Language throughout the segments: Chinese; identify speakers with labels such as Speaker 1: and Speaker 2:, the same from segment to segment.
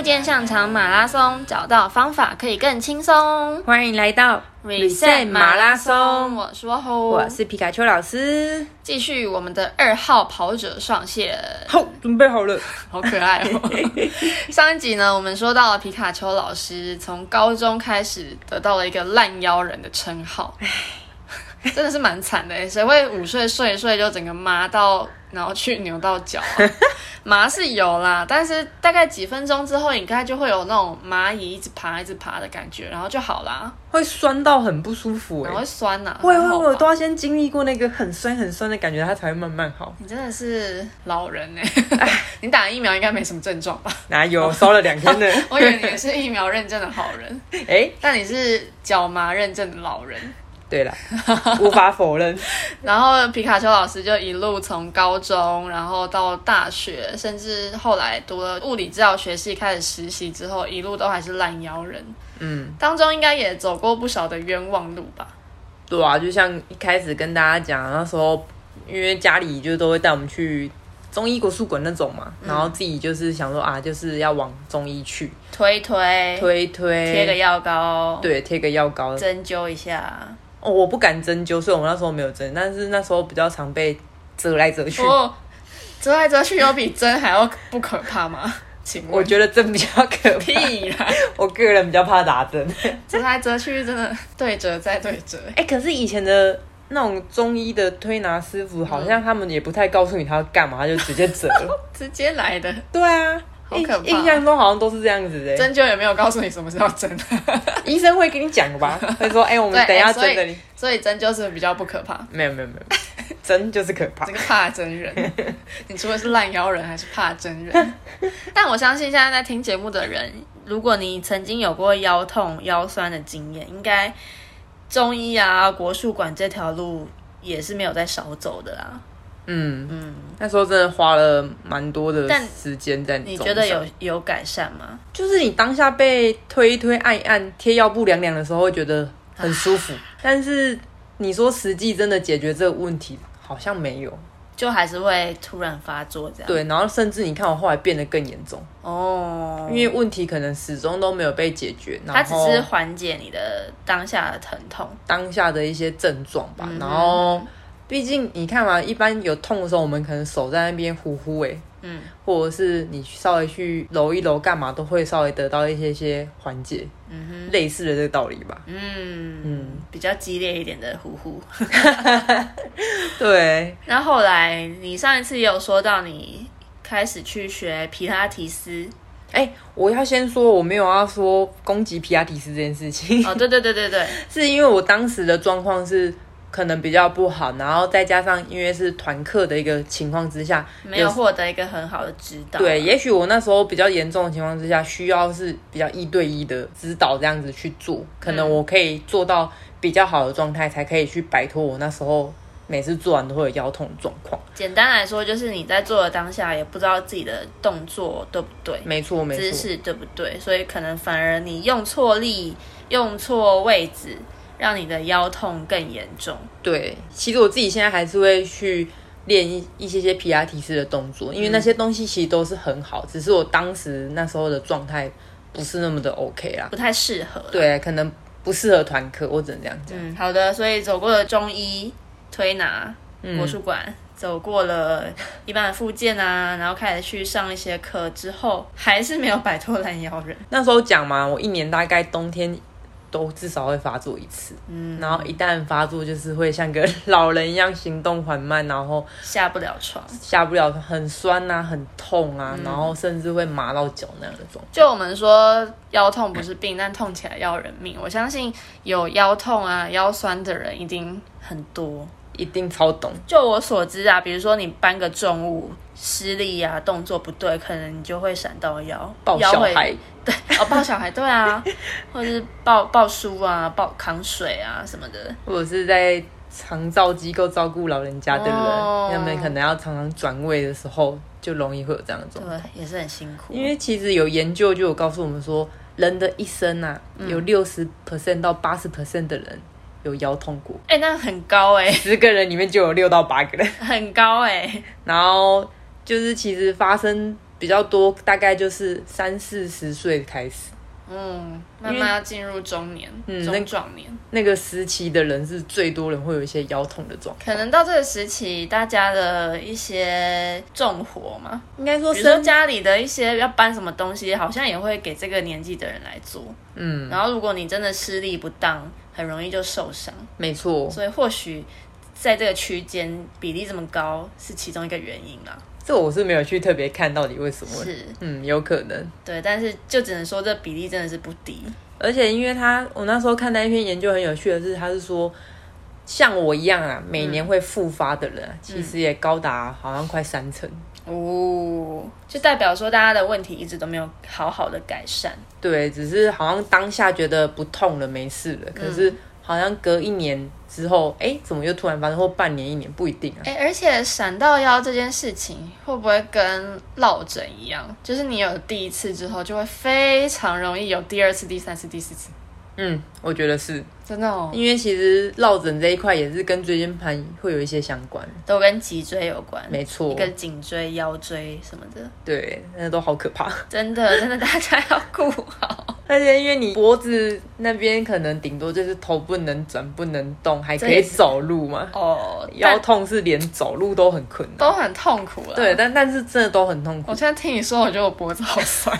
Speaker 1: 健上场马拉松，找到方法可以更轻松。
Speaker 2: 欢迎来到
Speaker 1: Reset 马拉松，我说吼，
Speaker 2: 我是皮卡丘老师。
Speaker 1: 继续我们的二号跑者上线，
Speaker 2: 好，准备好了。
Speaker 1: 好可爱哦。 上一集呢，我们说到了皮卡丘老师从高中开始得到了一个烂腰人的称号，真的是蛮惨的欸耶。谁会午睡睡一睡就整个麻到，然后去扭到脚 啊、麻是有啦，但是大概几分钟之后，应该就会有那种蚂蚁一直爬一直爬的感觉，然后就好啦，
Speaker 2: 会酸到很不舒服哎、
Speaker 1: 然后会酸呐、
Speaker 2: 会
Speaker 1: 然
Speaker 2: 会
Speaker 1: 后
Speaker 2: 会，我
Speaker 1: 吧
Speaker 2: 都要先经历过那个很酸很酸的感觉，它才会慢慢好。
Speaker 1: 你真的是老人呢、 你打疫苗应该没什么症状吧？
Speaker 2: 哪有烧了两天的？
Speaker 1: 我以为你也是疫苗认证的好人，
Speaker 2: 哎、
Speaker 1: 但你是脚麻认证的老人。
Speaker 2: 对了，无法否认，
Speaker 1: 然后皮卡丘老师就一路从高中，然后到大学，甚至后来读了物理治疗学系开始实习之后，一路都还是烂腰人。
Speaker 2: 嗯，
Speaker 1: 当中应该也走过不少的冤枉路吧？
Speaker 2: 对啊，就像一开始跟大家讲，那时候因为家里就都会带我们去中医国术馆那种嘛，然后自己就是想说啊，就是要往中医去
Speaker 1: 推推，
Speaker 2: 推推，
Speaker 1: 贴个药膏，
Speaker 2: 对，贴个药膏，
Speaker 1: 针灸一下。
Speaker 2: 哦，我不敢针灸，所以我们那时候没有针，但是那时候比较常被折来折去。
Speaker 1: 哦，折来折去有比针还要不可怕 吗？请问
Speaker 2: 我觉得针比较可怕，
Speaker 1: 屁啦！
Speaker 2: 我个人比较怕打针。
Speaker 1: 折来折去，真的对折再对折。
Speaker 2: 哎、可是以前的那种中医的推拿师傅，好像他们也不太告诉你他要干嘛，他就直接折了。
Speaker 1: 直接来的
Speaker 2: 对啊，
Speaker 1: 好
Speaker 2: 印
Speaker 1: 可怕
Speaker 2: 印象中好像都是这样子的、
Speaker 1: 针灸也没有告诉你什么时候针，
Speaker 2: 医生会跟你讲 吧，会说：“哎、我
Speaker 1: 对
Speaker 2: 们等一下
Speaker 1: 哎所以
Speaker 2: 针的你。
Speaker 1: 所以针灸是比较不可怕。
Speaker 2: 没有没有没 有，针就是可怕
Speaker 1: 这。个怕真人， 你除了是烂腰人，还是怕真人。但我相信现在在听节目的人，如果你曾经有过腰痛、腰酸的经验，应该中医啊、国术馆这条路也是没有在少走的啊啦。
Speaker 2: 嗯嗯，那时候真的花了蛮多的
Speaker 1: 但
Speaker 2: 时间在
Speaker 1: 你
Speaker 2: 中
Speaker 1: 觉得
Speaker 2: 上
Speaker 1: 有有改善吗？
Speaker 2: 就是你当下被推一推、按一按、贴腰部凉凉的时候，会觉得很舒服。但是 你说实际真的解决这个问题，好像没有。
Speaker 1: 就还是会突然发作这样。，
Speaker 2: 对，然后甚至你看我后来变得更严重，
Speaker 1: 哦，
Speaker 2: 因为问题可能始终都没有被解决，
Speaker 1: 它
Speaker 2: 然
Speaker 1: 只
Speaker 2: 后
Speaker 1: 是缓解你的当下的疼痛。
Speaker 2: 当下的一些症状吧。
Speaker 1: 嗯
Speaker 2: 然后，毕竟你看嘛，一般有痛的时候，我们可能手在那边呼呼哎、
Speaker 1: 嗯，
Speaker 2: 或者是你稍微去揉一揉，干嘛都会稍微得到一些些缓解，嗯、类似的这个道理吧。
Speaker 1: 嗯
Speaker 2: 嗯
Speaker 1: 比较激烈一点的呼呼。
Speaker 2: 对，
Speaker 1: 那后来你上一次也有说到，你开始去学皮拉提 斯。
Speaker 2: 哎、我要先说，我没有要说攻击皮亚提斯这件事情，
Speaker 1: 哦，对对对对对，
Speaker 2: 是因为我当时的状况是可能比较不好，然后再加上因为是团课的一个情况之下，
Speaker 1: 没有获得一个很好的指导。
Speaker 2: 对，，也许我那时候比较严重的情况之下，需要是比较一对一的指导这样子去做，可能我可以做到比较好的状态，才可以去摆脱我那时候每次做完都会有腰痛的状况。
Speaker 1: 简单来说就是你在做的当下也不知道自己的动作对不对，
Speaker 2: 没错，没
Speaker 1: 姿
Speaker 2: 错，
Speaker 1: 势对不对，所以可能反而你用错力、用错位置，让你的腰痛更严重。
Speaker 2: 对。其实我自己现在还是会去练一一些些皮拉提斯的动作，因为那些东西其实都是很好，只是我当时那时候的状态不是那么的 OK 啦。
Speaker 1: 不太适合。，
Speaker 2: 对，可能不适合团课，我只能这样讲。
Speaker 1: 嗯，好的。所以走过了中医、推拿、
Speaker 2: 嗯
Speaker 1: 国术馆，走过了一般的复健啊， 然后开始去上一些课之后，还是没有摆脱烂腰人。
Speaker 2: 那时候讲嘛，我一年大概冬天都至少会发作一次，嗯，然后一旦发作就是会像个老人一样行动缓慢，然后
Speaker 1: 下不了床。
Speaker 2: 下不了，很酸啊，很痛啊，然后甚至会麻到脚那样的状态。
Speaker 1: 就我们说腰痛不是 病，但痛起来要人命。我相信有腰痛啊、腰酸的人一定很多。
Speaker 2: 一定超懂，
Speaker 1: 就我所知啊，比如说你搬个重物失力啊，动作不对，可能你就会闪到腰，
Speaker 2: 抱
Speaker 1: 腰
Speaker 2: 小
Speaker 1: 会
Speaker 2: 孩，
Speaker 1: 对， 哦，抱小孩，对 啊，或者是抱抱书啊，抱扛水啊什么的，
Speaker 2: 或者是在长照机构照顾老人家的人，
Speaker 1: 哦
Speaker 2: 他们可能要常常转位的时候，就容易会有这样的状
Speaker 1: 对
Speaker 2: 况。，
Speaker 1: 也是很辛苦。
Speaker 2: 因为其实有研究就有告诉我们说，人的一生啊，有六十 percent 到八十 percent 的人有腰痛过。
Speaker 1: 哎、那很高哎、
Speaker 2: 十个 人里面就有六到八个人，
Speaker 1: 很高哎、
Speaker 2: 然后就是其实发生比较多，大概就是三四十岁开始，
Speaker 1: 嗯，慢慢要进入中年，
Speaker 2: 嗯那
Speaker 1: 中壮年。
Speaker 2: 那个时期的人是最多人会有一些腰痛的状况，
Speaker 1: 可能到这个时期，大家的一些重活嘛，
Speaker 2: 应该说
Speaker 1: 比如说
Speaker 2: 身
Speaker 1: 家里的一些要搬什么东西，好像也会给这个年纪的人来做。
Speaker 2: 嗯，
Speaker 1: 然后如果你真的施力不当，很容易就受伤。
Speaker 2: 没错，
Speaker 1: 所以或许在这个区间比例这么高是其中一个原因啦。
Speaker 2: 这我是没有去特别看到底为什么，
Speaker 1: 是
Speaker 2: 嗯，有可能。
Speaker 1: 对，但是就只能说这比例真的是不低。
Speaker 2: 而且因为他，我那时候看那一篇研究很有趣的是，他是说，像我一样啊，每
Speaker 1: 嗯
Speaker 2: 年会复发的人、啊，其实也高达好像快三成。
Speaker 1: 哦，就代表说大家的问题一直都没有好好的改善。
Speaker 2: 对，只是好像当下觉得不痛了，没事了，可是
Speaker 1: 嗯
Speaker 2: 好像隔一年之后，哎、怎么又突然发生？或半年、一年不一定啊。
Speaker 1: 哎、而且闪到腰这件事情会不会跟落枕一样？就是你有第一次之后，就会非常容易有第二次、第三次、第四次，
Speaker 2: 嗯，我觉得是
Speaker 1: 真的哦，
Speaker 2: 因为其实落枕这一块也是跟椎间盘会有一些相关，
Speaker 1: 都跟脊椎有关，
Speaker 2: 没错
Speaker 1: 一，个颈椎、腰椎什么的，
Speaker 2: 对，那都好可怕。
Speaker 1: 真的真的大家要顾好，
Speaker 2: 而且因为你脖子那边可能顶多就是头不能转、不能动，还可
Speaker 1: 这
Speaker 2: 以
Speaker 1: 也是
Speaker 2: 走路嘛。
Speaker 1: 哦，
Speaker 2: 腰痛是连走路都很困难。
Speaker 1: 都很痛苦了。
Speaker 2: 对，，但但是真的都很 痛苦
Speaker 1: 我。现在听你说，我觉得我脖子好 酸，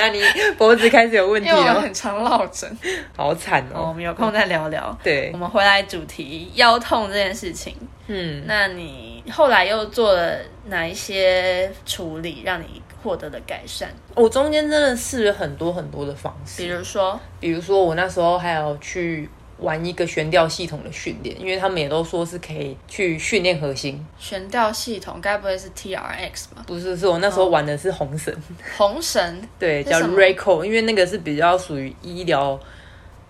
Speaker 2: 那你脖子开始有问题
Speaker 1: 因为我
Speaker 2: 了，
Speaker 1: 很常落枕。
Speaker 2: 好惨
Speaker 1: 哦，我
Speaker 2: 哦。
Speaker 1: 们有空再聊聊。
Speaker 2: 对
Speaker 1: 我，们回来主题腰痛这件事情，
Speaker 2: 嗯，
Speaker 1: 那你后来又做了哪一些处理，让你获得了改善？
Speaker 2: 我中间真的试了很多很多的方
Speaker 1: 比
Speaker 2: 式，
Speaker 1: 如说，
Speaker 2: 比如说我那时候还有去玩一个悬吊系统的训练，因为他们也都说是可以去训练核心，
Speaker 1: 悬吊系统，该不会是 T R X 吧？
Speaker 2: 不是，是我那
Speaker 1: 哦
Speaker 2: 时候玩的是红绳。
Speaker 1: 红绳，
Speaker 2: 对，
Speaker 1: 是
Speaker 2: 叫
Speaker 1: 什么
Speaker 2: Reco，因为那个是比较属于医疗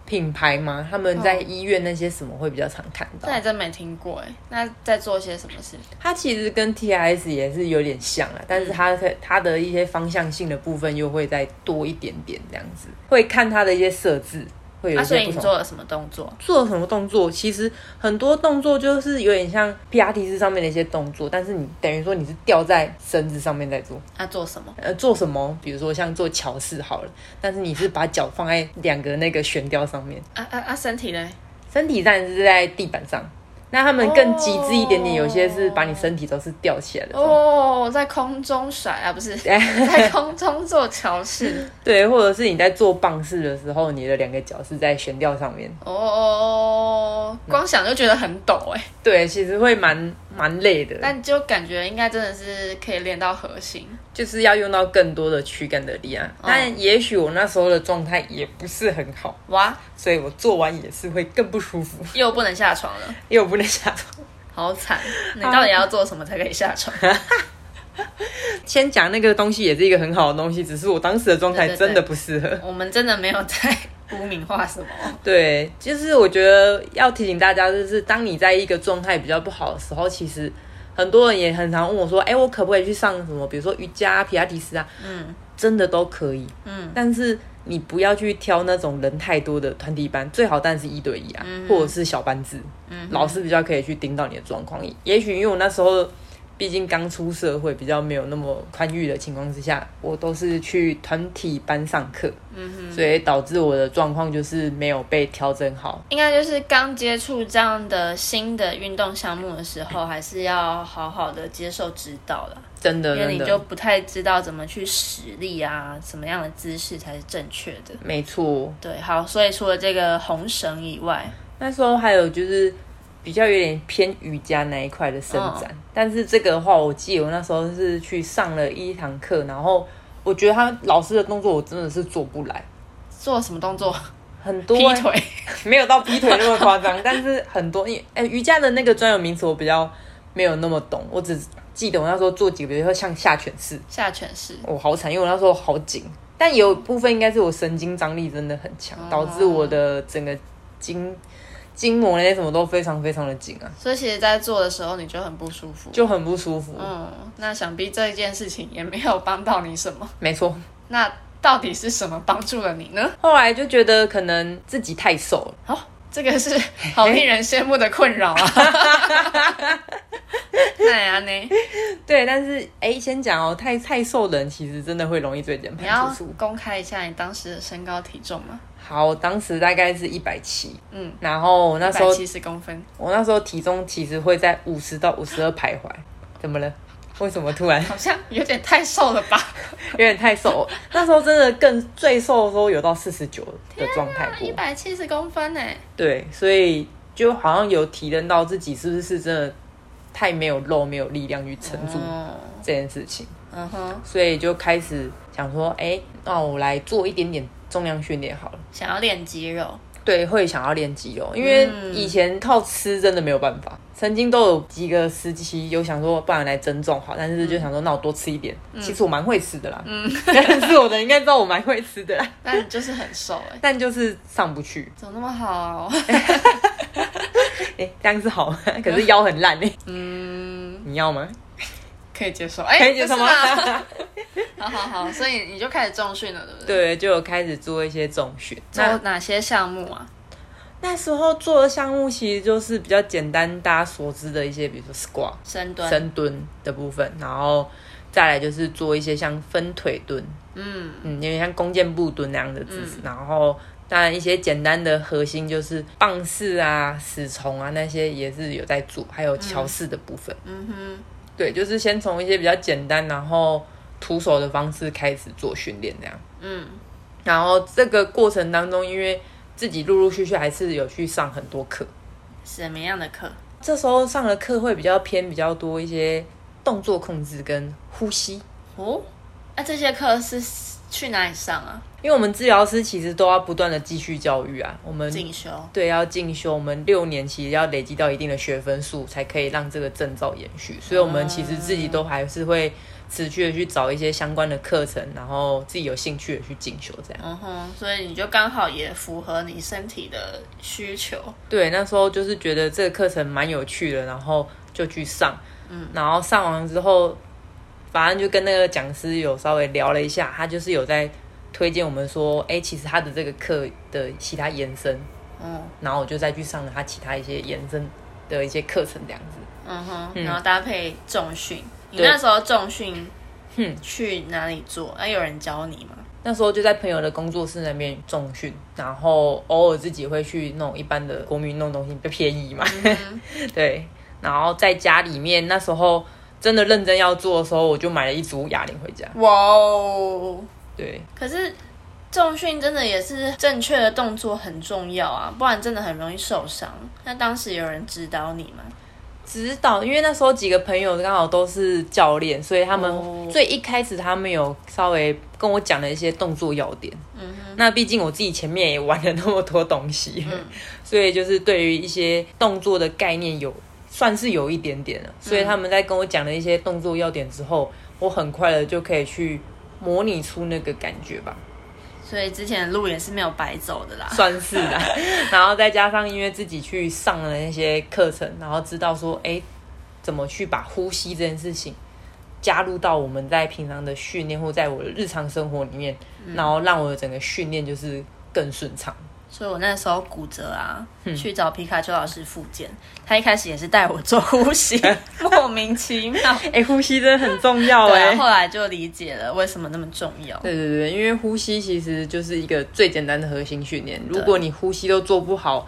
Speaker 2: 品牌嘛，他们在
Speaker 1: 哦
Speaker 2: 医院那些什么会比较常看到。
Speaker 1: 那你真没听过哎。那在做些什么事？
Speaker 2: 它其实跟 TIS 也是有点像啊，但是
Speaker 1: 嗯
Speaker 2: 它可它的一些方向性的部分又会再多一点点这样子，会看它的一些设置，会有
Speaker 1: 啊，
Speaker 2: 一
Speaker 1: 所
Speaker 2: 些
Speaker 1: 以
Speaker 2: 不
Speaker 1: 你
Speaker 2: 同。
Speaker 1: 做了什么动作？
Speaker 2: 做什么动作，其实很多动作就是有点像 P R T 式上面的一些动作，但是你等于说你是吊在绳子上面在做。
Speaker 1: 啊，做什么？
Speaker 2: 呃，做什么？比如说像做桥式好了，但是你是把脚放在两个那个悬吊上面，
Speaker 1: 啊啊啊，身体嘞？
Speaker 2: 身体站是在地板上。那他们更极致一点点，
Speaker 1: 哦
Speaker 2: 有些是把你身体都是吊起来的。哦、
Speaker 1: 哦，在空中甩啊，不 是在空中做桥式。
Speaker 2: 对，或者是你在做棒式的时候，你的两个脚是在悬吊上面。
Speaker 1: 哦，光想就觉得很抖哎，
Speaker 2: 对，其实会蛮蛮累的，
Speaker 1: 但就感觉应该真的是可以练到核心。
Speaker 2: 就是要用到更多的躯干的力量。但也许我那时候的状态也不是很好，
Speaker 1: 哇，
Speaker 2: 所以我做完也是会更不舒服，
Speaker 1: 又不能下床了。
Speaker 2: 因为我不能下床。
Speaker 1: 好惨！你到底要做什么才可以下床？
Speaker 2: 先讲那个东西也是一个很好的东西，只是我当时的状态
Speaker 1: 对对对
Speaker 2: 真的不适合。
Speaker 1: 我们真的没有在污名化什么。
Speaker 2: 对，就是我觉得要提醒大家，就是当你在一个状态比较不好的时候，其实很多人也很常问我说：“哎、我可不可以去上什么，比如说瑜伽、啊、皮拉提斯啊？”
Speaker 1: 嗯
Speaker 2: 真的都可以，
Speaker 1: 嗯
Speaker 2: 但是你不要去挑那种人太多的团体班，最好当然是一对一啊，
Speaker 1: 嗯
Speaker 2: 或者是小班制，
Speaker 1: 嗯
Speaker 2: 老师比较可以去盯到你的状况。也许因为我那时候。毕竟刚出社会，比较没有那么宽裕的情况之下，我都是去团体班上课，
Speaker 1: 嗯哼，
Speaker 2: 所以导致我的状况就是没有被调整好，
Speaker 1: 应该就是刚接触这样的新的运动项目的时候，还是要好好的接受指导啦，
Speaker 2: 真的，
Speaker 1: 因为
Speaker 2: 真
Speaker 1: 你就
Speaker 2: 的，
Speaker 1: 不太知道怎么去使力啊，什么样的姿势才是正确的。
Speaker 2: 没错。
Speaker 1: 对，好，所以除了这个红绳以外，
Speaker 2: 那时候还有就是比较有点偏瑜伽那一块的伸展，
Speaker 1: 嗯
Speaker 2: 但是这个的话，我记得我那时候是去上了一堂课，然后我觉得他老师的动作我真的是做不来，
Speaker 1: 做什么动作？
Speaker 2: 很多
Speaker 1: 劈腿。
Speaker 2: 没有到劈腿那么夸张，但是很多，因为、哎瑜伽的那个专有名词我比较没有那么懂，我只记得我那时候做几个，比如说像下犬式，
Speaker 1: 下犬式，
Speaker 2: 我好惨，因为我那时候好紧，但有部分应该是我神经张力真的很强，
Speaker 1: 啊
Speaker 2: 导致我的整个筋筋膜那些什么都非常非常的紧啊，
Speaker 1: 所以其实在做的时候你就很不舒服。
Speaker 2: 就很不舒服。
Speaker 1: 嗯，那想必这件事情也没有帮到你什么。
Speaker 2: 没错，
Speaker 1: 那到底是什么帮助了你呢？
Speaker 2: 后来就觉得可能自己太瘦了，
Speaker 1: 哦，这个 是好令人羡慕的困扰啊。那呀呢，
Speaker 2: 对，但是哎、先讲哦，太太瘦的人其实真的会容易椎间
Speaker 1: 你
Speaker 2: 盘
Speaker 1: 要
Speaker 2: 突出。
Speaker 1: 公开一下你当时的身高体重吗？
Speaker 2: 好，我当时大概是一百七，
Speaker 1: 嗯，
Speaker 2: 然后我那
Speaker 1: 一
Speaker 2: 时候
Speaker 1: 百七十公分，
Speaker 2: 我那时候体重其实会在五十到五十二徘徊。怎么了？为什么突然
Speaker 1: 好像有点太瘦了 吧？
Speaker 2: 有点太瘦？那时候真的更最瘦的时候有到四十九的状态过
Speaker 1: 啊一。百七十公分呢、
Speaker 2: 对，所以就好像有体认到自己是不是真的太没有肉、没有力量去撑住
Speaker 1: 哦，
Speaker 2: 这件事情，
Speaker 1: 嗯哼，
Speaker 2: 所以就开始想说，哎、那我来做一点点重量训练好了。
Speaker 1: 想要练肌肉，
Speaker 2: 对，会想要练肌肉，因为
Speaker 1: 嗯
Speaker 2: 以前靠吃真的没有办法。曾经都有几个时期有想说，不然来增重好，但是
Speaker 1: 嗯
Speaker 2: 就想说，那我多吃一点。其实我蛮会吃的啦，嗯， 但是我的应该知道我蛮会吃的啦，
Speaker 1: 那你就是很瘦 哎、
Speaker 2: 但就是上不去。
Speaker 1: 怎么那么 好？
Speaker 2: 哎、这样是好吗？ 可是腰很烂哎、
Speaker 1: 嗯，
Speaker 2: 你要吗？
Speaker 1: 可以接受，哎、
Speaker 2: 可 以接受吗
Speaker 1: 不是啦 好好好，所以你就开始重训了，对不对？
Speaker 2: 对，就有开始做一些重 训。
Speaker 1: 做
Speaker 2: 那
Speaker 1: 哪些项目啊？
Speaker 2: 那时候做的项目其实就是比较简单，大家所知的一些，比如说 squat、
Speaker 1: 深蹲，
Speaker 2: 深蹲的部分，然后再来就是做一些像分腿蹲，
Speaker 1: 嗯，
Speaker 2: 嗯，有点像弓箭步蹲那样的姿势，然后。当然，一些简单的核心就是棒式啊、死虫啊那些也是有在做，还有桥式的部分。
Speaker 1: 嗯哼，
Speaker 2: 对，就是先从一些比较简单，然后徒手的方式开始做训练，这样。
Speaker 1: 嗯，
Speaker 2: 然后这个过程当中，因为自己陆陆续续还是有去上很多课，
Speaker 1: 什么样的课？
Speaker 2: 这时候上的课会比较偏比较多一些动作控制跟呼吸，
Speaker 1: 哦，那、这些课是去哪里上啊？
Speaker 2: 因为我们治疗师其实都要不断的继续教育啊，我们
Speaker 1: 进修，
Speaker 2: 对要进修，我们六年其实要累积到一定的学分数，才可以让这个证照延续，所以我们其实自己都还是会持续的去找一些相关的课程，然后自己有兴趣的去进修这样。
Speaker 1: 嗯哼，所以你就刚好也符合你身体的需求，
Speaker 2: 对，那时候就是觉得这个课程蛮有趣的，然后就去上。嗯，然后上完之后，反正就跟那个讲师有稍微聊了一下，他就是有在推荐我们说，哎，其实他的这个课的其他延伸，
Speaker 1: 嗯
Speaker 2: 然后我就再去上了他其他一些延伸的一些课程这样子。
Speaker 1: 嗯哼，
Speaker 2: 嗯
Speaker 1: 然后搭配重训，你
Speaker 2: 对
Speaker 1: 那时候重训
Speaker 2: 哼
Speaker 1: 去哪里做？啊那、有人教你吗？
Speaker 2: 那时候就在朋友的工作室那边重训，然后偶尔自己会去那种一般的国民运动中心，比较便宜嘛。 对，然后在家里面那时候真的认真要做的时候，我就买了一组哑铃回家。
Speaker 1: 哇哦！
Speaker 2: 对，
Speaker 1: 可是重训真的也是正确的动作很重要啊，不然真的很容易受伤。那当时有人指导你吗？
Speaker 2: 指导，因为那时候几个朋友刚好都是教练，所以他
Speaker 1: 哦
Speaker 2: 们最一开始他们有稍微跟我讲了一些动作要点。
Speaker 1: 嗯
Speaker 2: 那毕竟我自己前面也玩了那么多东西， 所以就是对于一些动作的概念有算是有一点点了。所以他们在跟我讲了一些动作要点之后，我很快的就可以去模拟出那个感觉吧。
Speaker 1: 所以之前的路也是没有白走的啦。
Speaker 2: 算是啦。然后再加上因为自己去上了那些课程，然后知道说，哎，怎么去把呼吸这件事情加入到我们在平常的训练或在我的日常生活里面，然后让我的整个训练就是更顺畅。
Speaker 1: 所以我那时候骨折啊，
Speaker 2: 嗯
Speaker 1: 去找皮卡丘老师复健，他一开始也是带我做呼吸， 莫名其妙。
Speaker 2: 哎，呼吸真的很重要
Speaker 1: 对
Speaker 2: 哎、
Speaker 1: 啊，后来就理解了为什么那么重要。
Speaker 2: 对对对，因为呼吸其实就是一个最简单的核心训练。如果你呼吸都做不好，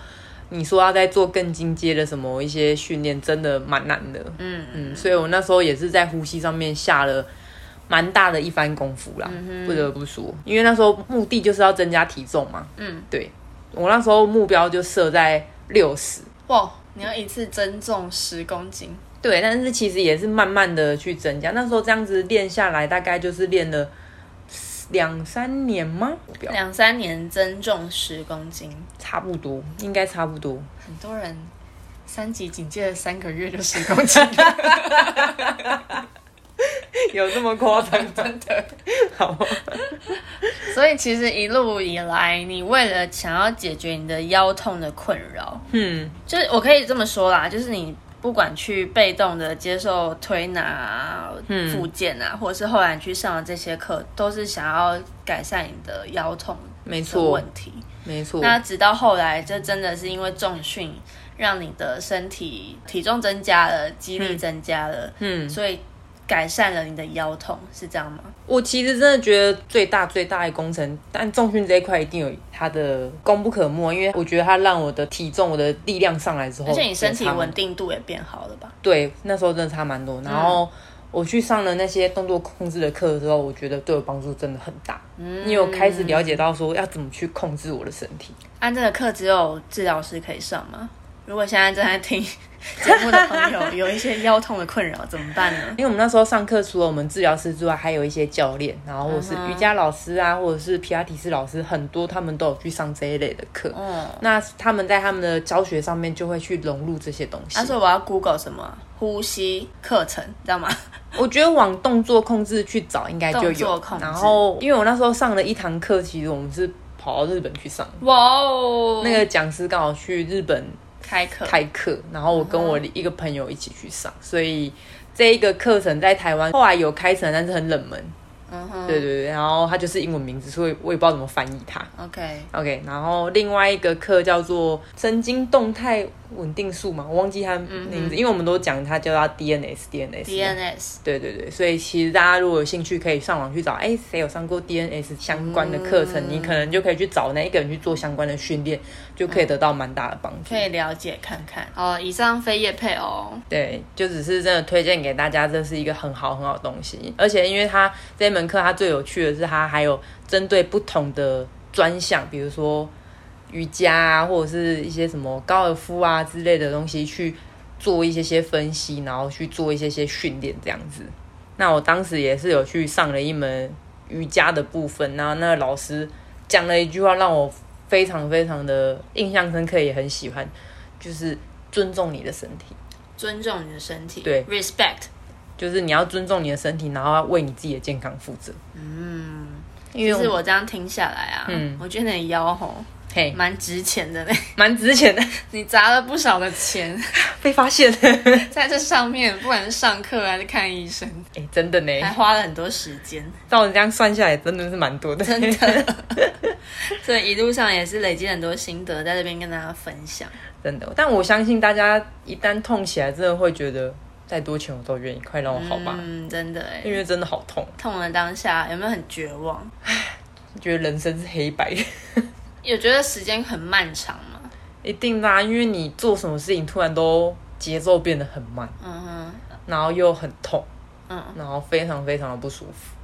Speaker 2: 你说要再做更进阶的什么一些训练，真的蛮难的。
Speaker 1: 嗯
Speaker 2: 嗯，所以我那时候也是在呼吸上面下了蛮大的一番功夫啦，不得不说，因为那时候目的就是要增加体重嘛。
Speaker 1: 嗯，
Speaker 2: 对，我那时候目标就设在六十。
Speaker 1: 哇，你要一次增重十公斤，
Speaker 2: 对，但是其实也是慢慢的去增加。那时候这样子练下来，大概就是练了两三年吗？目标
Speaker 1: 两三年增重十公斤，
Speaker 2: 差不多，应该差不多。
Speaker 1: 很多人三级警戒了三个月就十公斤 了，
Speaker 2: 有这么夸 张？
Speaker 1: 真的。
Speaker 2: 好吗，
Speaker 1: 所以其实一路以来，你为了想要解决你的腰痛的困扰，
Speaker 2: 嗯，
Speaker 1: 就是我可以这么说啦，就是你不管去被动的接受推拿、啊、
Speaker 2: 嗯
Speaker 1: 复健啊，或者是后来去上的这些课，都是想要改善你的腰痛
Speaker 2: 没
Speaker 1: 的
Speaker 2: 错
Speaker 1: 问，题。
Speaker 2: 没错，
Speaker 1: 那直到后来，这真的是因为重训让你的身体体重增加了，肌力增加了，
Speaker 2: 嗯，
Speaker 1: 所以改善了你的腰痛，是这样吗？
Speaker 2: 我其实真的觉得最大最大的工程，但重训这一块一定有它的功不可没，因为我觉得它让我的体重、我的力量上来之后，
Speaker 1: 而且你身体
Speaker 2: 真的差蛮
Speaker 1: 稳定度也变好了吧？
Speaker 2: 对，那时候真的差蛮多。然
Speaker 1: 嗯
Speaker 2: 后我去上了那些动作控制的课之后，我觉得对我帮助真的很大。嗯，因为我开始了解到说要怎么去控制我的身体。
Speaker 1: 安这的课只有治疗师可以上吗？如果现在正在 听节目的朋友有一些腰痛的困扰，怎么办呢？
Speaker 2: 因为我们那时候上课，除了我们治疗师之外，还有一些教练，然后或
Speaker 1: 嗯
Speaker 2: 是瑜伽老师啊，或者是皮拉提斯老师，很多他们都有去上这一类的课。
Speaker 1: 嗯，
Speaker 2: 那他们在他们的教学上面就会去融入这些东西。
Speaker 1: 他说我要 Google 什么啊呼吸课程，知道吗？
Speaker 2: 我觉得往动作控制去找应该就
Speaker 1: 动作
Speaker 2: 有
Speaker 1: 控。制
Speaker 2: 然后，因为我那时候上了一堂课，其实我们是跑到日本去上的，
Speaker 1: 哇哦，
Speaker 2: 那个讲师刚好去日本
Speaker 1: 开课，
Speaker 2: 开课，然后我跟我一个朋友一起去上，所以这一个课程在台湾后来有开成，但是很冷门。
Speaker 1: 嗯哼
Speaker 2: 对对对，然后它就是英文名字，所以我也不知道怎么翻译它。
Speaker 1: ，OK，
Speaker 2: OK，然后另外一个课叫做神经动态稳定术嘛，我忘记它
Speaker 1: 嗯
Speaker 2: 名字，因为我们都讲它叫它 DNS，DNS。
Speaker 1: DNS
Speaker 2: 对对对，所以其实大家如果有兴趣，可以上网去找，哎，谁有上过 DNS 相关的课
Speaker 1: 嗯
Speaker 2: 程，你可能就可以去找那一个人去做相关的训练，就可以得到蛮大的帮
Speaker 1: 嗯
Speaker 2: 助。
Speaker 1: 可以了解看看。
Speaker 2: 嗯
Speaker 3: 哦，以上非叶配哦，
Speaker 2: 对，就只是真的推荐给大家，这是一个很好很好的东西。而且因为它这门课，它最有趣的是它还有针对不同的专项，比如说瑜伽啊，或者是一些什么高尔夫啊之类的东西去做一些些分析，然后去做一些些训练这样子。那我当时也是有去上了一门瑜伽的部分，然后那个老师讲了一句话让我非常非常的印象深刻，也很喜欢，就是尊重你的身体。
Speaker 1: 尊重你的身体，
Speaker 2: 对
Speaker 1: ，respect，
Speaker 2: 就是你要尊重你的身体，然后要为你自己的健康负责。嗯，因
Speaker 1: 其
Speaker 2: 为
Speaker 1: 实
Speaker 2: 我
Speaker 1: 我这样听下来啊，
Speaker 2: 嗯
Speaker 1: 我觉得你的腰吼
Speaker 2: 嘿
Speaker 1: 蛮值钱的呢，
Speaker 2: 蛮值钱的，
Speaker 3: 你砸了不少的钱
Speaker 2: 被发现了。
Speaker 3: 在这上面，不管是上课还是看医生，
Speaker 2: 哎、真的呢，
Speaker 1: 还花了很多时间，
Speaker 2: 照你这样算下来， 真的是蛮多的。
Speaker 1: 真的，所以一路上也是累积很多心得，在这边跟大家分享。
Speaker 2: 真的。但我相信大家一旦痛起来，真的会觉得再多钱我都愿意，快让我好吧，
Speaker 1: 嗯，真的哎
Speaker 2: 因，为真的好痛，
Speaker 1: 痛的当下有没有很绝望？
Speaker 2: 觉得人生是黑白的。
Speaker 3: 有觉得时间很漫长吗？
Speaker 2: 一定啦、因为你做什么事情突然都节奏变得很慢，
Speaker 1: 嗯哼，
Speaker 2: 然后又很痛，
Speaker 1: 嗯，
Speaker 2: 然后非常非常的不舒服。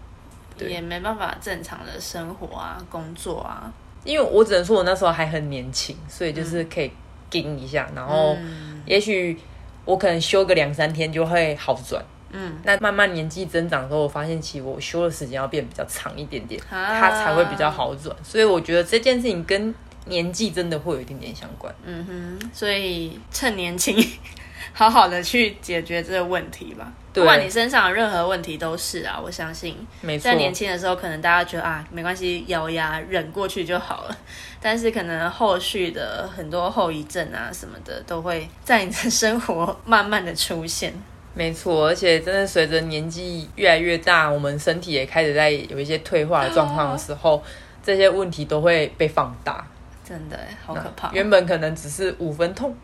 Speaker 2: 对
Speaker 1: 也没办法正常的生活啊，工作啊，
Speaker 2: 因为我只能说我那时候还很年轻，所以就是可以盯一下，然
Speaker 3: 哦
Speaker 2: 后
Speaker 1: 嗯
Speaker 2: 也许我可能休个两三天就会好转。
Speaker 1: 嗯，
Speaker 2: 那慢慢年纪增长之后，我发现其实我休的时间要变比较长一点点，
Speaker 1: 啊
Speaker 2: 它才会比较好转。所以我觉得这件事情跟年纪真的会有一点点相关。
Speaker 1: 嗯哼，所以趁年轻， 好好的去解决这个问题吧。
Speaker 2: 对
Speaker 1: 不管你身上有任何问题都是啊，我相信
Speaker 2: 没错
Speaker 1: 在，年轻的时候，可能大家觉得啊没关系，咬牙忍过去就好了。 但是可能后续的很多后遗症啊什么的，都会在你的生活慢慢的出现。
Speaker 2: 没错，而且真的随着年纪越来越大，我们身体也开始在有一些退化的状况的时候，这些问题都会被放大。
Speaker 1: 真的耶好可怕。
Speaker 2: 原本可能只是五 分痛，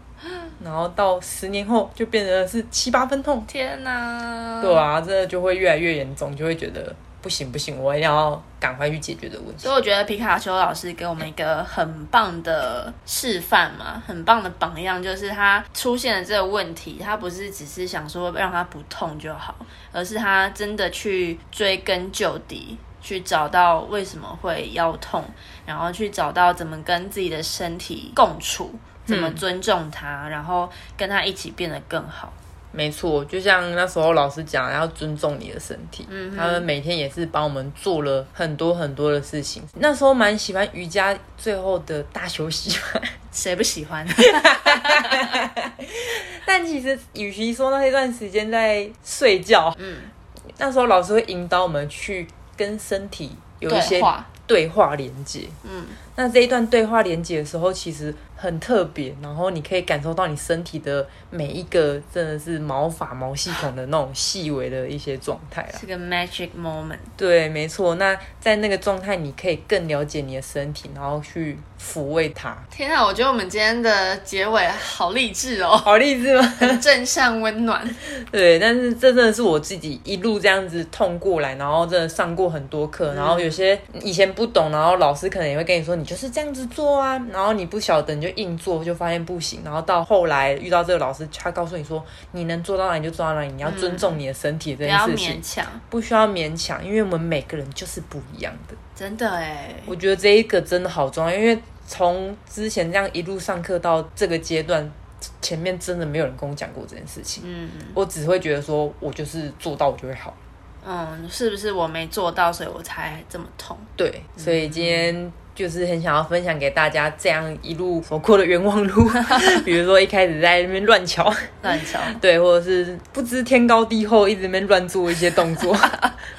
Speaker 2: 然后到十年后就变成了是七八分痛。
Speaker 1: 天哪！
Speaker 2: 对啊，真的就会越来越严重，就会觉得不行不行，我一定要赶快去解决的问题
Speaker 1: 所。以我觉得皮卡丘老师给我们一个很棒的示范嘛，很棒的榜样，就是他出现了这个问题，他不是只是想说让他不痛就好，而是他真的去追根究底，去找到为什么会腰痛，然后去找到怎么跟自己的身体共处，怎么尊重他，然后跟他一起变得更好。
Speaker 2: 没错，就像那时候老师讲，要尊重你的身体。嗯，他们每天也是帮我们做了很多很多的事情。那时候蛮喜欢瑜伽最后的大休息嘛，
Speaker 1: 谁不喜欢？
Speaker 2: 但其实与其说那一段时间在睡觉，嗯，那时候老师会引导我们去跟身体有一些
Speaker 1: 对话
Speaker 2: 对话连接。嗯，那这一段对话连接的时候，其实很特别，然后你可以感受到你身体的每一个真的是毛发毛细孔的那种细微的一些状态啦。
Speaker 1: 是个 magic moment。
Speaker 2: 对，没错。那在那个状态，你可以更了解你的身体，然后去抚慰它。
Speaker 4: 天啊，我觉得我们今天的结尾好励志哦，
Speaker 2: 好励志吗？
Speaker 4: 很正向温 暖。
Speaker 2: 对，但是这真的是我自己一路这样子痛过来，然后真的上过很多课，然后有些以前不懂，然后老师可能也会跟你说你就是这样子做啊，然后你不晓得你就硬做，就发现不行，然后到后来遇到这个老师，他告诉你说你能做到哪里就做到哪里，你要尊重你的身体这
Speaker 1: 不
Speaker 2: 件
Speaker 1: 要
Speaker 2: 事情，
Speaker 1: 勉强，
Speaker 2: 不需要勉强，因为我们每个人就是不一样的。
Speaker 1: 真的哎，
Speaker 2: 我觉得这一个真的好重要，因为从之前这样一路上课到这个阶段，前面真的没有人跟我讲过这件事情。
Speaker 1: 嗯
Speaker 2: 我只会觉得说，我就是做到我就会好。
Speaker 1: 嗯，是不是我没做到，所以我才这么痛？
Speaker 2: 对，所以今天就是很想要分享给大家这样一路走过的冤枉路，比如说一开始在那边乱瞧，
Speaker 1: 乱 敲，
Speaker 2: 对，或者是不知天高地厚，一直在那边乱做一些动作，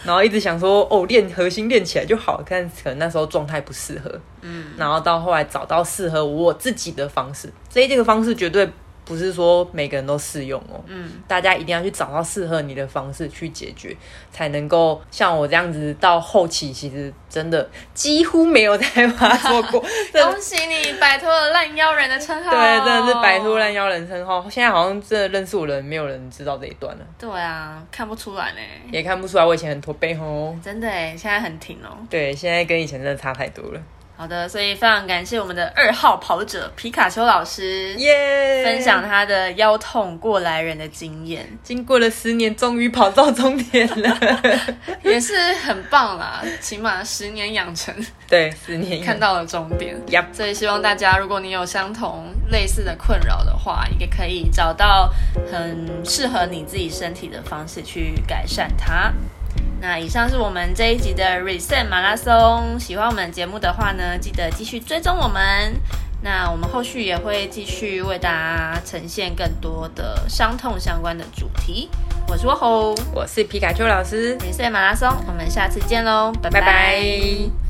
Speaker 2: 然后一直想说哦，练核心练起来就好，但可能那时候状态不适合，嗯，然后到后来找到适合我自己的方式，所以这个方式绝对。不是说每个人都适用哦，
Speaker 1: 嗯，
Speaker 2: 大家一定要去找到适合你的方式去解决，才能够像我这样子到后期，其实真的几乎没有再发作过，真的
Speaker 4: 恭喜你摆脱了烂腰人的称号，
Speaker 2: 对，真的是摆脱烂。腰人称号。现在好像真的认识我的人，没有人知道这一段了，
Speaker 1: 对啊，看不出来呢，
Speaker 2: 也看不出来我以前很驼背哦。
Speaker 1: 真的哎，现在很挺哦。
Speaker 2: 对，现在跟以前真的差太多了，
Speaker 1: 好的，所以非常感谢我们的二号跑者皮卡丘老师
Speaker 2: 耶、
Speaker 1: 分享他的腰痛过来人的经验，
Speaker 2: 经过了十年，终于跑到终点 了。
Speaker 4: 也是很棒啦，起码十年养 成，
Speaker 2: 对，十
Speaker 1: 嗯
Speaker 2: 年
Speaker 4: 看到了终点。
Speaker 2: 呀，
Speaker 4: 所以希望大家，如果你有相同类似的困扰的话，
Speaker 1: 也可以找到很适合你自己身体的方式去改善它。那以上是我们这一集的 Reset 马拉松。喜欢我们的节目的话呢，记得继续追踪我们。那我们后续也会继续为大家呈现更多的伤痛相关的主题。我是 w 吼
Speaker 2: 我是皮卡丘老师，
Speaker 1: Reset 马拉松，我们下次见喽，拜
Speaker 2: 拜
Speaker 1: 拜
Speaker 2: 拜